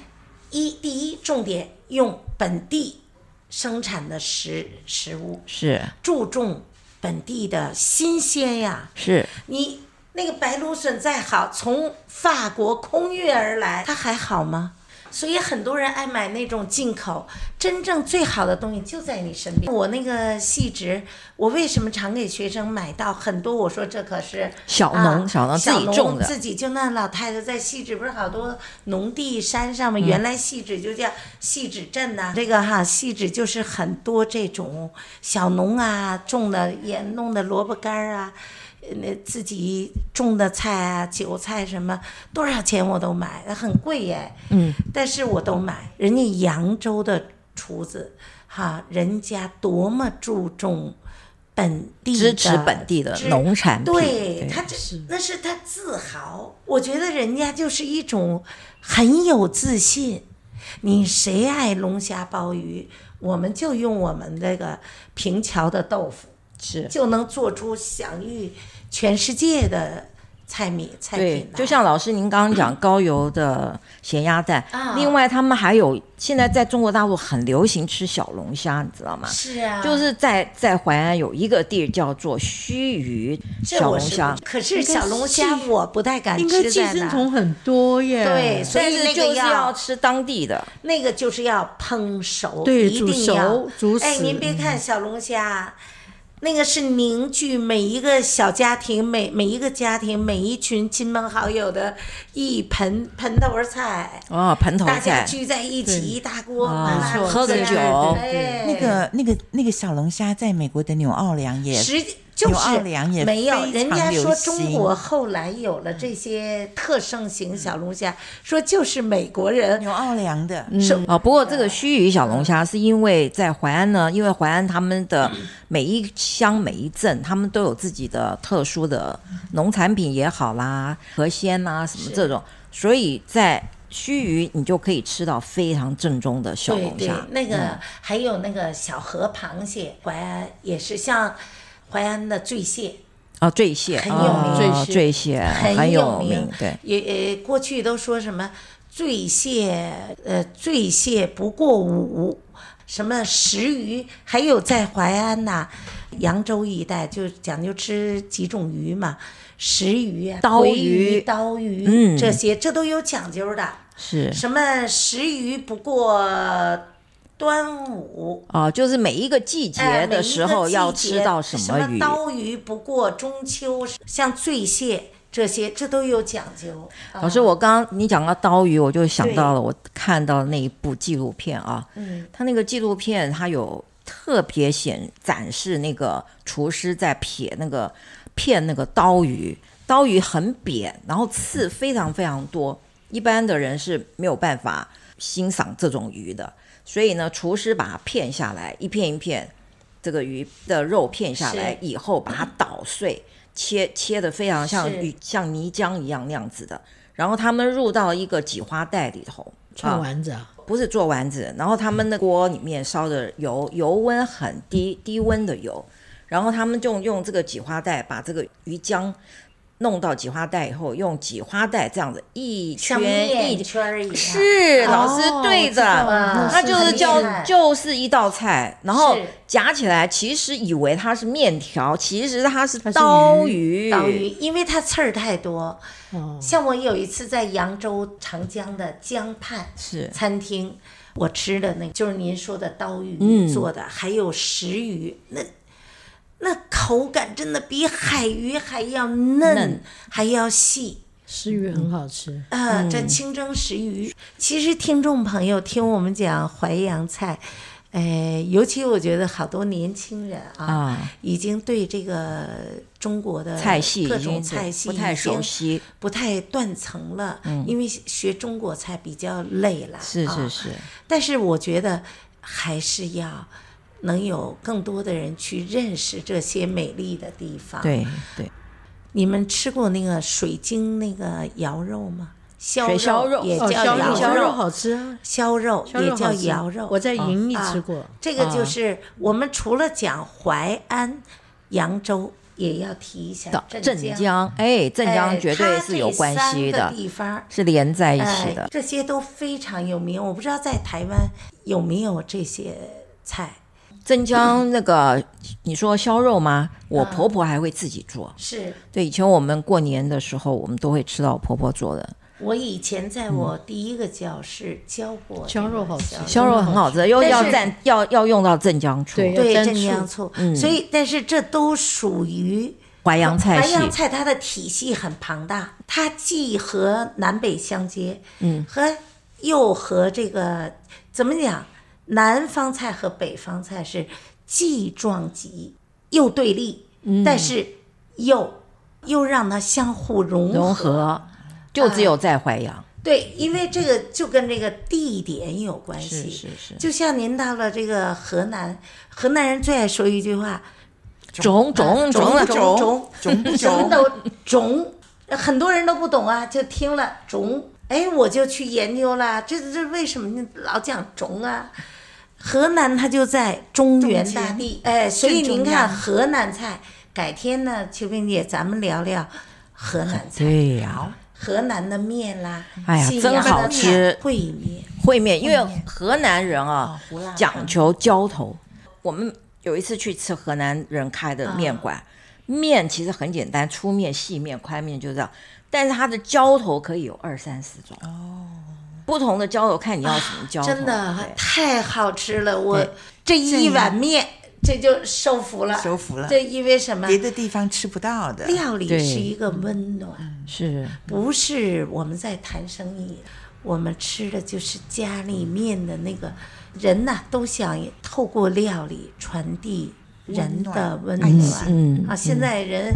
Speaker 2: 一第一重点用本地生产的食食物，
Speaker 1: 是
Speaker 2: 注重本地的新鲜呀。
Speaker 1: 是，
Speaker 2: 你那个白芦笋再好，从法国空运而来，它还好吗？所以很多人爱买那种进口，真正最好的东西就在你身边。我那个细职，我为什么常给学生买到很多？我说这可是
Speaker 1: 小农
Speaker 2: 啊
Speaker 1: 小农自己种的
Speaker 2: 自己就那老太太在细致，不是好多农地山上
Speaker 1: 嗯
Speaker 2: 嘛？原来细致就叫细致镇呐、这个哈细致就是很多这种小农啊种的也弄的萝卜干儿啊，呃那自己种的菜啊韭菜什么多少钱我都买，很贵耶。嗯，但是我都买。人家扬州的厨子哈，人家多么注重。本地的
Speaker 1: 支持本地的
Speaker 2: 支
Speaker 1: 农产品
Speaker 2: 对
Speaker 1: 对
Speaker 2: 他这那是他自豪。我觉得人家就是一种很有自信。你谁爱龙虾鲍鱼，我们就用我们这个平桥的豆腐，
Speaker 1: 是
Speaker 2: 就能做出享誉全世界的菜米菜
Speaker 1: 对
Speaker 2: 品，来。
Speaker 1: 就像老师您刚 刚讲高油的咸鸭蛋，
Speaker 2: 啊
Speaker 1: 另外他们还有现在在中国大陆很流行吃小龙虾，你知道吗？
Speaker 2: 是啊，
Speaker 1: 就是在在淮安有一个地儿叫做须臾
Speaker 2: 这
Speaker 1: 小
Speaker 2: 我
Speaker 1: 龙
Speaker 2: 是
Speaker 1: 虾
Speaker 2: 不，可是
Speaker 4: 应该
Speaker 2: 小龙虾
Speaker 4: 寄
Speaker 2: 我不太敢
Speaker 4: 应该
Speaker 2: 吃
Speaker 4: 寄
Speaker 2: 在
Speaker 4: 生
Speaker 2: 那儿，
Speaker 4: 虫很多耶。
Speaker 2: 对所以
Speaker 1: 但是
Speaker 2: 那个
Speaker 1: 就是
Speaker 2: 要
Speaker 1: 要吃当地的，
Speaker 2: 那个就是要烹熟，
Speaker 4: 对
Speaker 2: 一
Speaker 4: 煮
Speaker 2: 定要
Speaker 4: 熟煮
Speaker 2: 哎，
Speaker 4: 死嗯
Speaker 2: 您别看小龙虾，那个是凝聚每一个小家庭、每每一个家庭、每一群亲朋好友的一盆盆头儿菜，
Speaker 1: 哦，盆头
Speaker 2: 大家
Speaker 1: 菜，
Speaker 2: 聚在一
Speaker 4: 对
Speaker 2: 起一大
Speaker 4: 嗯
Speaker 2: 锅，
Speaker 1: 啊
Speaker 2: 完了
Speaker 1: 喝个
Speaker 2: 对
Speaker 1: 酒
Speaker 2: 哎，
Speaker 3: 那个呃那个那个小龙虾在美国的纽奥良也
Speaker 2: 实就
Speaker 3: 纽奥
Speaker 2: 是
Speaker 3: 良也
Speaker 2: 没有，
Speaker 3: 非
Speaker 2: 人
Speaker 3: 常
Speaker 2: 家
Speaker 3: 流
Speaker 2: 说中国
Speaker 3: 行
Speaker 2: 后来有了这些特盛型小龙虾，说就是美国人
Speaker 3: 纽奥良的，
Speaker 2: 是
Speaker 1: 嗯哦，不过这个须臾小龙虾是因为在淮安呢，因为淮安他们的每一乡每一镇，他们都有自己的特殊的农产品也好啦，河鲜啦、什么
Speaker 2: 是
Speaker 1: 这种，所以在须臾你就可以吃到非常正宗的小
Speaker 2: 对
Speaker 1: 龙
Speaker 2: 对
Speaker 1: 虾。，
Speaker 2: 那个、
Speaker 1: 嗯
Speaker 2: 还有那个小河螃蟹，淮安也是像淮安的醉蟹，
Speaker 1: 哦，醉蟹，
Speaker 2: 很有
Speaker 1: 哦
Speaker 2: 名
Speaker 1: 醉醉蟹很
Speaker 2: 有
Speaker 1: 有名，对，
Speaker 2: 也呃，过去都说什么醉蟹，呃，醉蟹不过五，什么食鱼，还有在淮安呐、扬州一带就讲究吃几种鱼嘛，石鱼啊、
Speaker 1: 刀
Speaker 2: 回
Speaker 1: 鱼
Speaker 2: 鱼、刀鱼，
Speaker 1: 嗯
Speaker 2: 这些这都有讲究的。
Speaker 1: 是
Speaker 2: 什么食鱼不过端午，
Speaker 1: 哦，就是每一个季
Speaker 2: 哎
Speaker 1: 节的时
Speaker 2: 每一个
Speaker 1: 候
Speaker 2: 季
Speaker 1: 要
Speaker 2: 节
Speaker 1: 吃到什
Speaker 2: 什
Speaker 1: 么鱼。
Speaker 2: 刀鱼不过中秋，像醉蟹这些，这都有讲究。啊
Speaker 1: 老师，我刚刚你讲到刀鱼，我就想
Speaker 2: 对
Speaker 1: 到了我看到那一部纪录片啊，
Speaker 2: 嗯，
Speaker 1: 他那个纪录片，他有特别显展示那个厨师在撇那个片那个刀鱼，刀鱼很扁，然后刺非常非常多，一般的人是没有办法欣赏这种鱼的。所以呢，厨师把它片下来，一片一片，这个鱼的肉片下来
Speaker 2: 是
Speaker 1: 以后，把它捣碎，切切的非常像
Speaker 2: 是
Speaker 1: 鱼像泥浆一样那样子的。然后他们入到一个挤花袋里头，
Speaker 4: 串
Speaker 1: 啊
Speaker 4: 丸子啊，
Speaker 1: 不是做丸子，然后他们的锅里面烧的油，油温很低，低温的油，然后他们就用这个挤花袋把这个鱼浆弄到挤花袋以后，用挤花袋这样子一
Speaker 2: 像
Speaker 1: 圈
Speaker 2: 面
Speaker 1: 一
Speaker 2: 圈儿一样。
Speaker 1: 是
Speaker 2: 哦
Speaker 1: 老师对的，
Speaker 2: 啊
Speaker 1: 它就是
Speaker 2: 很厉
Speaker 1: 叫
Speaker 2: 害
Speaker 1: 就是一道菜，然后
Speaker 2: 是
Speaker 1: 夹起来，其实以为它是面条，其实它是
Speaker 4: 它是
Speaker 1: 刀鱼，
Speaker 2: 刀鱼，因为它刺儿太多。
Speaker 4: 哦，
Speaker 2: 像我有一次在扬州长江的江畔
Speaker 1: 是
Speaker 2: 餐厅，我吃的那就是您说的刀鱼
Speaker 1: 嗯
Speaker 2: 做的，还有石鱼，那那口感真的比海鱼还要嫩，
Speaker 1: 嫩
Speaker 2: 还要细。
Speaker 4: 食鱼很好吃，
Speaker 1: 嗯
Speaker 2: 啊，这清蒸石鱼。其实听众朋友听我们讲淮扬菜，呃，尤其我觉得好多年轻人啊，
Speaker 1: 啊，
Speaker 2: 已经对这个中国的
Speaker 1: 菜系
Speaker 2: 各
Speaker 1: 已
Speaker 2: 种
Speaker 1: 经
Speaker 2: 菜系
Speaker 1: 不太
Speaker 2: 已经啊
Speaker 1: 熟悉，嗯
Speaker 2: 不太断层了，因为学中国菜比较累了，
Speaker 1: 是是
Speaker 2: 啊。
Speaker 1: 是，
Speaker 2: 但是我觉得还是要能有更多的人去认识这些美丽的地方。，
Speaker 1: 对对。
Speaker 2: 你们吃过那个水晶那个肴肉吗？削
Speaker 1: 水烧肉
Speaker 2: 也
Speaker 4: 哦，
Speaker 2: 嗯叫
Speaker 4: 削
Speaker 2: 肴
Speaker 4: 肉
Speaker 2: 肉，
Speaker 4: 削肉好吃啊，
Speaker 2: 削肉
Speaker 4: 削
Speaker 2: 也
Speaker 4: 肉
Speaker 2: 叫
Speaker 4: 好吃
Speaker 2: 肴肉。
Speaker 4: 我在营地
Speaker 2: 啊
Speaker 4: 吃过，
Speaker 2: 这个
Speaker 1: 啊
Speaker 2: 就是我们除了讲淮安、扬州，也要提一下
Speaker 1: 到
Speaker 2: 镇
Speaker 1: 镇江，哎，镇江
Speaker 2: 哎
Speaker 1: 绝对是有关系
Speaker 2: 它这三
Speaker 1: 的
Speaker 2: 个，地方。
Speaker 1: 是连在一起
Speaker 2: 哎
Speaker 1: 的，。
Speaker 2: 这些都非常有名。我不知道在台湾有没有这些菜，
Speaker 1: 镇江那个，你说削肉吗？我
Speaker 2: 嗯
Speaker 1: 婆婆还会自己做。
Speaker 2: 是
Speaker 1: 对，以前我们过年的时候，我们都会吃到我婆婆做的
Speaker 2: 我以前在我第一个教室教过这
Speaker 4: 削
Speaker 2: 个
Speaker 4: 肉好吃
Speaker 1: 削嗯肉，很好吃，又
Speaker 2: 但
Speaker 1: 要
Speaker 2: 是
Speaker 1: 蘸要要用到镇江醋，
Speaker 4: 对
Speaker 1: 嗯
Speaker 2: 对
Speaker 4: 要沾
Speaker 2: 镇江醋，所以但是这都属于
Speaker 1: 淮扬菜
Speaker 2: 淮
Speaker 1: 系
Speaker 2: 扬菜它的体系很庞大，它既和南北相接，嗯，和又和这个怎么讲，南方菜和北方菜是既撞击又对立，
Speaker 1: 嗯
Speaker 2: 但是又又让它相互融嗯
Speaker 1: 融合，就只有在淮扬。
Speaker 2: 对，因为这个就跟这个地点有关系，
Speaker 1: 是是是，
Speaker 2: 就像您到了这个河南，河南人最爱说一句话，
Speaker 1: 种种种了
Speaker 2: 种种
Speaker 3: 种不
Speaker 2: 什么
Speaker 3: 种？
Speaker 2: 都种，很多人都不懂啊，就听了种，哎，我就去研究了，这这为什么你老讲种啊？河南它就在中原大地，哎，所以您看河南菜，改天呢，秋萍姐咱们聊聊河南菜，
Speaker 1: 对呀、
Speaker 2: 河南的面啦，
Speaker 1: 哎呀
Speaker 2: 信阳
Speaker 1: 真好
Speaker 2: 的
Speaker 1: 吃
Speaker 2: 烩面，哦
Speaker 1: 烩面，因为河南人啊
Speaker 2: 胡辣汤
Speaker 1: 讲求浇头。我们有一次去吃河南人开的面馆，
Speaker 2: 嗯
Speaker 1: 面其实很简单，粗面、细面、宽面就这样，但是它的浇头可以有二三十种哦，不同的浇头看你要什么浇头。
Speaker 2: 啊真的
Speaker 1: 对
Speaker 2: 太好吃了，我
Speaker 1: 对
Speaker 2: 这一碗面。这就受服了。
Speaker 3: 收服了，
Speaker 2: 这因为什么？
Speaker 3: 别的地方吃不到的。
Speaker 2: 料理
Speaker 1: 对
Speaker 2: 是一个温
Speaker 1: 嗯
Speaker 2: 暖，
Speaker 1: 是
Speaker 2: 不是我们在谈生意，我们吃的就是家里面的那个人呐、都想透过料理传递人的温暖。
Speaker 3: 温暖
Speaker 1: 嗯嗯
Speaker 2: 啊，现在人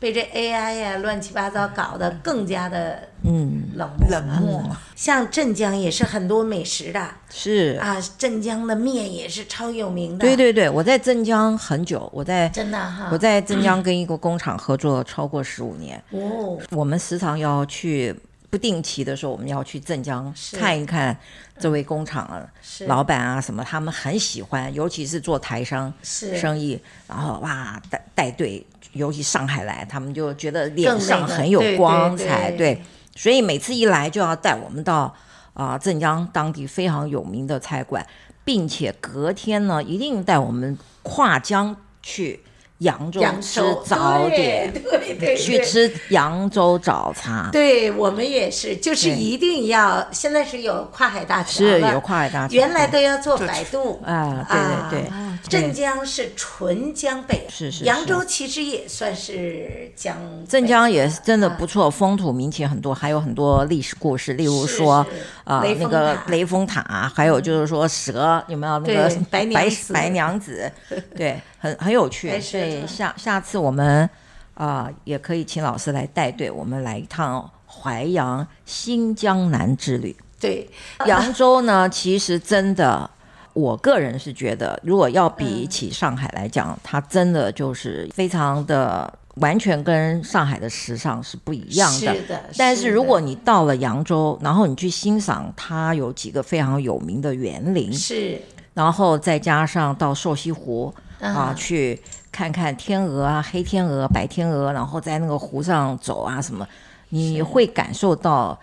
Speaker 2: 被这 AI 呀、乱七八糟搞得更加的
Speaker 1: 嗯
Speaker 2: 冷漠了
Speaker 3: 冷漠，
Speaker 2: 像镇江也是很多美食的
Speaker 1: 是
Speaker 2: 啊，镇江的面也是超有名的。
Speaker 1: 对，对对，我在镇江很久，我在
Speaker 2: 真的哈。
Speaker 1: 我在镇江跟一个工厂合作超过十五年，
Speaker 2: 哦，
Speaker 1: 我们时常要去。不定期的时候，我们要去镇江
Speaker 2: 是嗯
Speaker 1: 看一看这位工厂啊、
Speaker 2: 是
Speaker 1: 老板啊什么，他们很喜欢，尤其是做台商
Speaker 2: 是
Speaker 1: 生意，然后哇带带队，尤其上海来，他们就觉得脸
Speaker 2: 更那
Speaker 1: 上
Speaker 2: 个
Speaker 1: 很有
Speaker 2: 对对
Speaker 1: 光彩，
Speaker 2: 对
Speaker 1: 所以每次一来就要带我们到啊、镇江当地非常有名的菜馆，并且隔天呢一定带我们跨江去扬州
Speaker 2: 扬
Speaker 1: 吃
Speaker 2: 州
Speaker 1: 早点，
Speaker 2: 对对对，
Speaker 1: 去
Speaker 2: 对。
Speaker 1: 吃扬州早茶，
Speaker 2: 对我们也是，就是
Speaker 1: 对
Speaker 2: 一定要，现在是有跨海大桥
Speaker 1: 是
Speaker 2: 了
Speaker 1: 有跨海大桥，
Speaker 2: 原来都要坐摆渡
Speaker 1: 啊，对对对。
Speaker 2: 啊镇江是纯江北，
Speaker 1: 是是是
Speaker 2: 扬州其实也算是江北，
Speaker 1: 镇江也是真的
Speaker 2: 哎
Speaker 1: 不错，风土民情很多，还有很多历史故事，例如
Speaker 2: 是
Speaker 1: 说
Speaker 2: 是
Speaker 1: 啊、
Speaker 2: 雷
Speaker 1: 那
Speaker 2: 峰
Speaker 1: 个
Speaker 2: 塔嗯
Speaker 1: 雷峰塔，还有就是说蛇有没有那
Speaker 2: 对
Speaker 1: 个
Speaker 2: 白
Speaker 1: 白
Speaker 2: 娘子
Speaker 1: 白娘子， 对，很很有趣。
Speaker 2: 白
Speaker 1: 所
Speaker 2: 蛇
Speaker 1: 以
Speaker 2: 传
Speaker 1: 下下次我们啊、也可以请老师来带队，我们来一趟淮扬新江南之旅。
Speaker 2: 对，
Speaker 1: 扬州呢，其实真的，我个人是觉得，如果要比起上海来讲，它真的就是非常的完全跟上海的时尚是不一样的。
Speaker 2: 是的
Speaker 1: 但
Speaker 2: 是
Speaker 1: 是
Speaker 2: 的
Speaker 1: 如果你到了扬州，然后你去欣赏它有几个非常有名的园林，
Speaker 2: 是
Speaker 1: 然后再加上到瘦西湖啊
Speaker 2: 啊
Speaker 1: 去看看天鹅啊、黑天鹅、白天鹅，然后在那个湖上走啊什么，你会感受到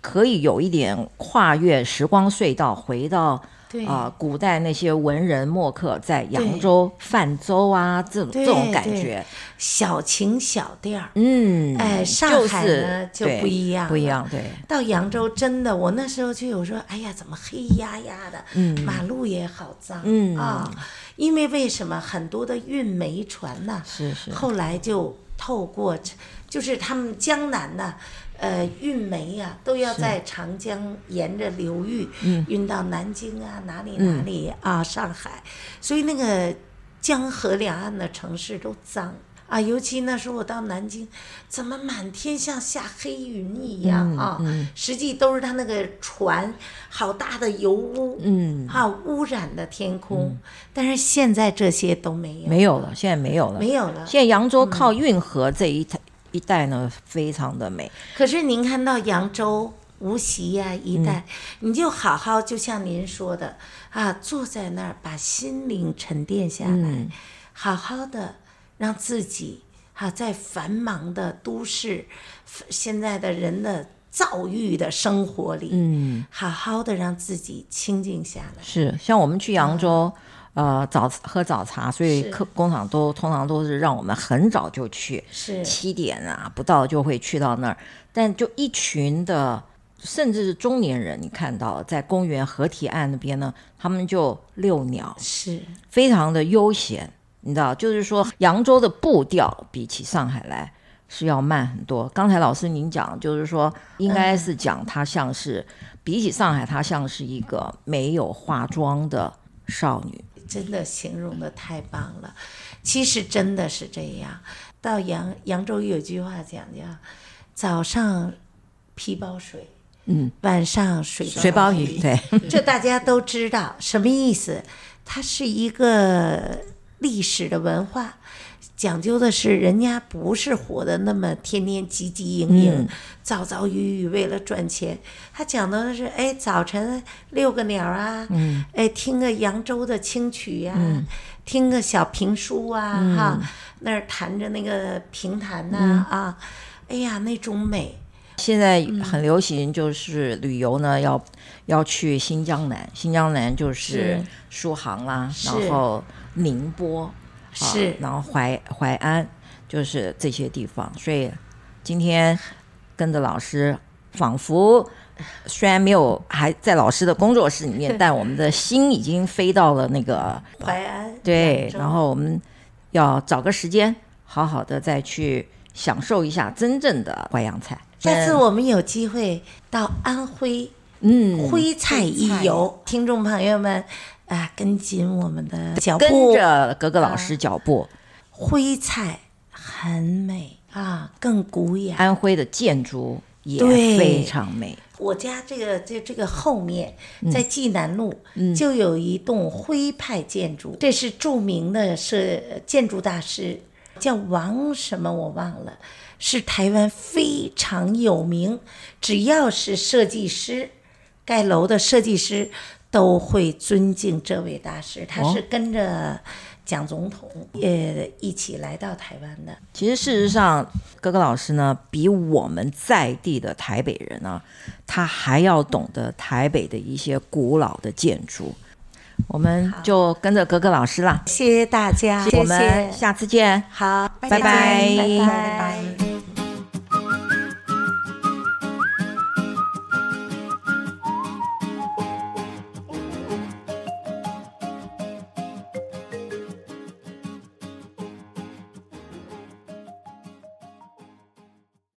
Speaker 1: 可以有一点跨越时光隧道，回到
Speaker 2: 对
Speaker 1: 啊、古代那些文人墨客在扬
Speaker 3: 对
Speaker 1: 州泛舟啊这种这
Speaker 3: 对
Speaker 1: 种感
Speaker 3: 对
Speaker 1: 觉，
Speaker 2: 小情小店儿。
Speaker 1: 嗯，
Speaker 2: 哎上海呢
Speaker 1: 就
Speaker 2: 就是
Speaker 1: 对
Speaker 2: 不一样
Speaker 1: 不一
Speaker 2: 了
Speaker 1: 样，对，
Speaker 2: 到扬州真的，我那时候去，我说，哎呀，怎么黑压压的？马路也好脏，
Speaker 1: 嗯
Speaker 2: 啊、因为为什么很多的运煤船呐、
Speaker 1: 是是
Speaker 2: 后来就透过这，就是他们江南呐、呃，运煤呀、都要在长江沿着流域、
Speaker 1: 嗯
Speaker 2: 运到南京啊，哪里哪里、啊，上海，所以那个江河两岸的城市都脏啊。尤其那时候我到南京，怎么满天像下黑云一
Speaker 1: 嗯
Speaker 2: 样啊？实际都是他那个船，好大的油污，
Speaker 1: 嗯，
Speaker 2: 啊，污染的天空。但是现在这些都没有，
Speaker 1: 没有了，现在没有了，
Speaker 2: 没有了。嗯
Speaker 1: 现在扬州靠运河这一、一带呢，非常的美。
Speaker 2: 可是您看到扬州、无锡呀、一带，你就好好就像您说的啊，坐在那儿把心灵沉淀下来，好好的让自己啊，在繁忙的都市，现在的人的躁郁的生活里，嗯，好好的让自己清静下来。
Speaker 1: 是，像我们去扬州，呃，早喝早茶，所以
Speaker 2: 是
Speaker 1: 客工厂都通常都是让我们很早就去，
Speaker 2: 是
Speaker 1: 七点啊不到就会去到那儿，但就一群的。甚至是中年人，你看到在公园河堤岸那边呢，他们就遛鸟，
Speaker 2: 是，
Speaker 1: 非常的悠闲，你知道，就是说扬州的步调比起上海来是要慢很多。刚才老师您讲，就是说应该是讲它像是、比起上海，它像是一个没有化妆的少女。
Speaker 2: 真的形容的太棒了。其实真的是这样。到扬扬州有句话讲叫“早上皮包水，嗯，晚上水
Speaker 1: 水包鱼，对，
Speaker 2: 这大家都知道什么意思。它是一个历史的文化，讲究的是人家不是活的那么天天汲汲营营、躁躁郁郁，为了赚钱。他讲的是，哎，早晨遛个鸟啊，哎，听个扬州的清曲呀、听个小评书啊，哈，那儿弹着那个评弹呐、啊，哎呀，那种美。
Speaker 1: 现在很流行，就是旅游呢，要要去新疆南，新疆南就是
Speaker 2: 是
Speaker 1: 苏杭啦，
Speaker 2: 是
Speaker 1: 然后宁波，啊
Speaker 2: 是
Speaker 1: 然后淮淮安，就是这些地方。所以今天跟着老师仿佛虽然没有还在老师的工作室里面，但我们的心已经飞到了那个
Speaker 2: 淮安
Speaker 1: 对，
Speaker 2: 州
Speaker 1: 然后我们要找个时间，好好的再去享受一下真正的淮扬菜。
Speaker 2: 下次我们有机会到安徽
Speaker 1: 嗯，
Speaker 2: 徽菜一游，听众朋友们啊，跟紧我嗯们的脚
Speaker 1: 跟
Speaker 2: 步，
Speaker 1: 着格格老师脚步，
Speaker 2: 徽菜很美啊，更古雅。
Speaker 1: 安徽的建筑也
Speaker 2: 对
Speaker 1: 非常美。
Speaker 2: 我家这个这这个后面，在济南路、就有一栋徽派建筑，这是著名的是建筑大师，叫王什么我忘了，是台湾非常有名，只要是设计师，盖楼的设计师都会尊敬这位大师，他是跟着蒋总统呃一起来到台湾的。
Speaker 1: 其实事实上，哥哥老师呢，比我们在地的台北人呢、他还要懂得台北的一些古老的建筑。我们就跟着格格老师啦，
Speaker 2: 谢谢大家，
Speaker 1: 我们
Speaker 2: 谢谢
Speaker 1: 下次见。
Speaker 2: 好，
Speaker 1: 拜拜
Speaker 2: 拜拜。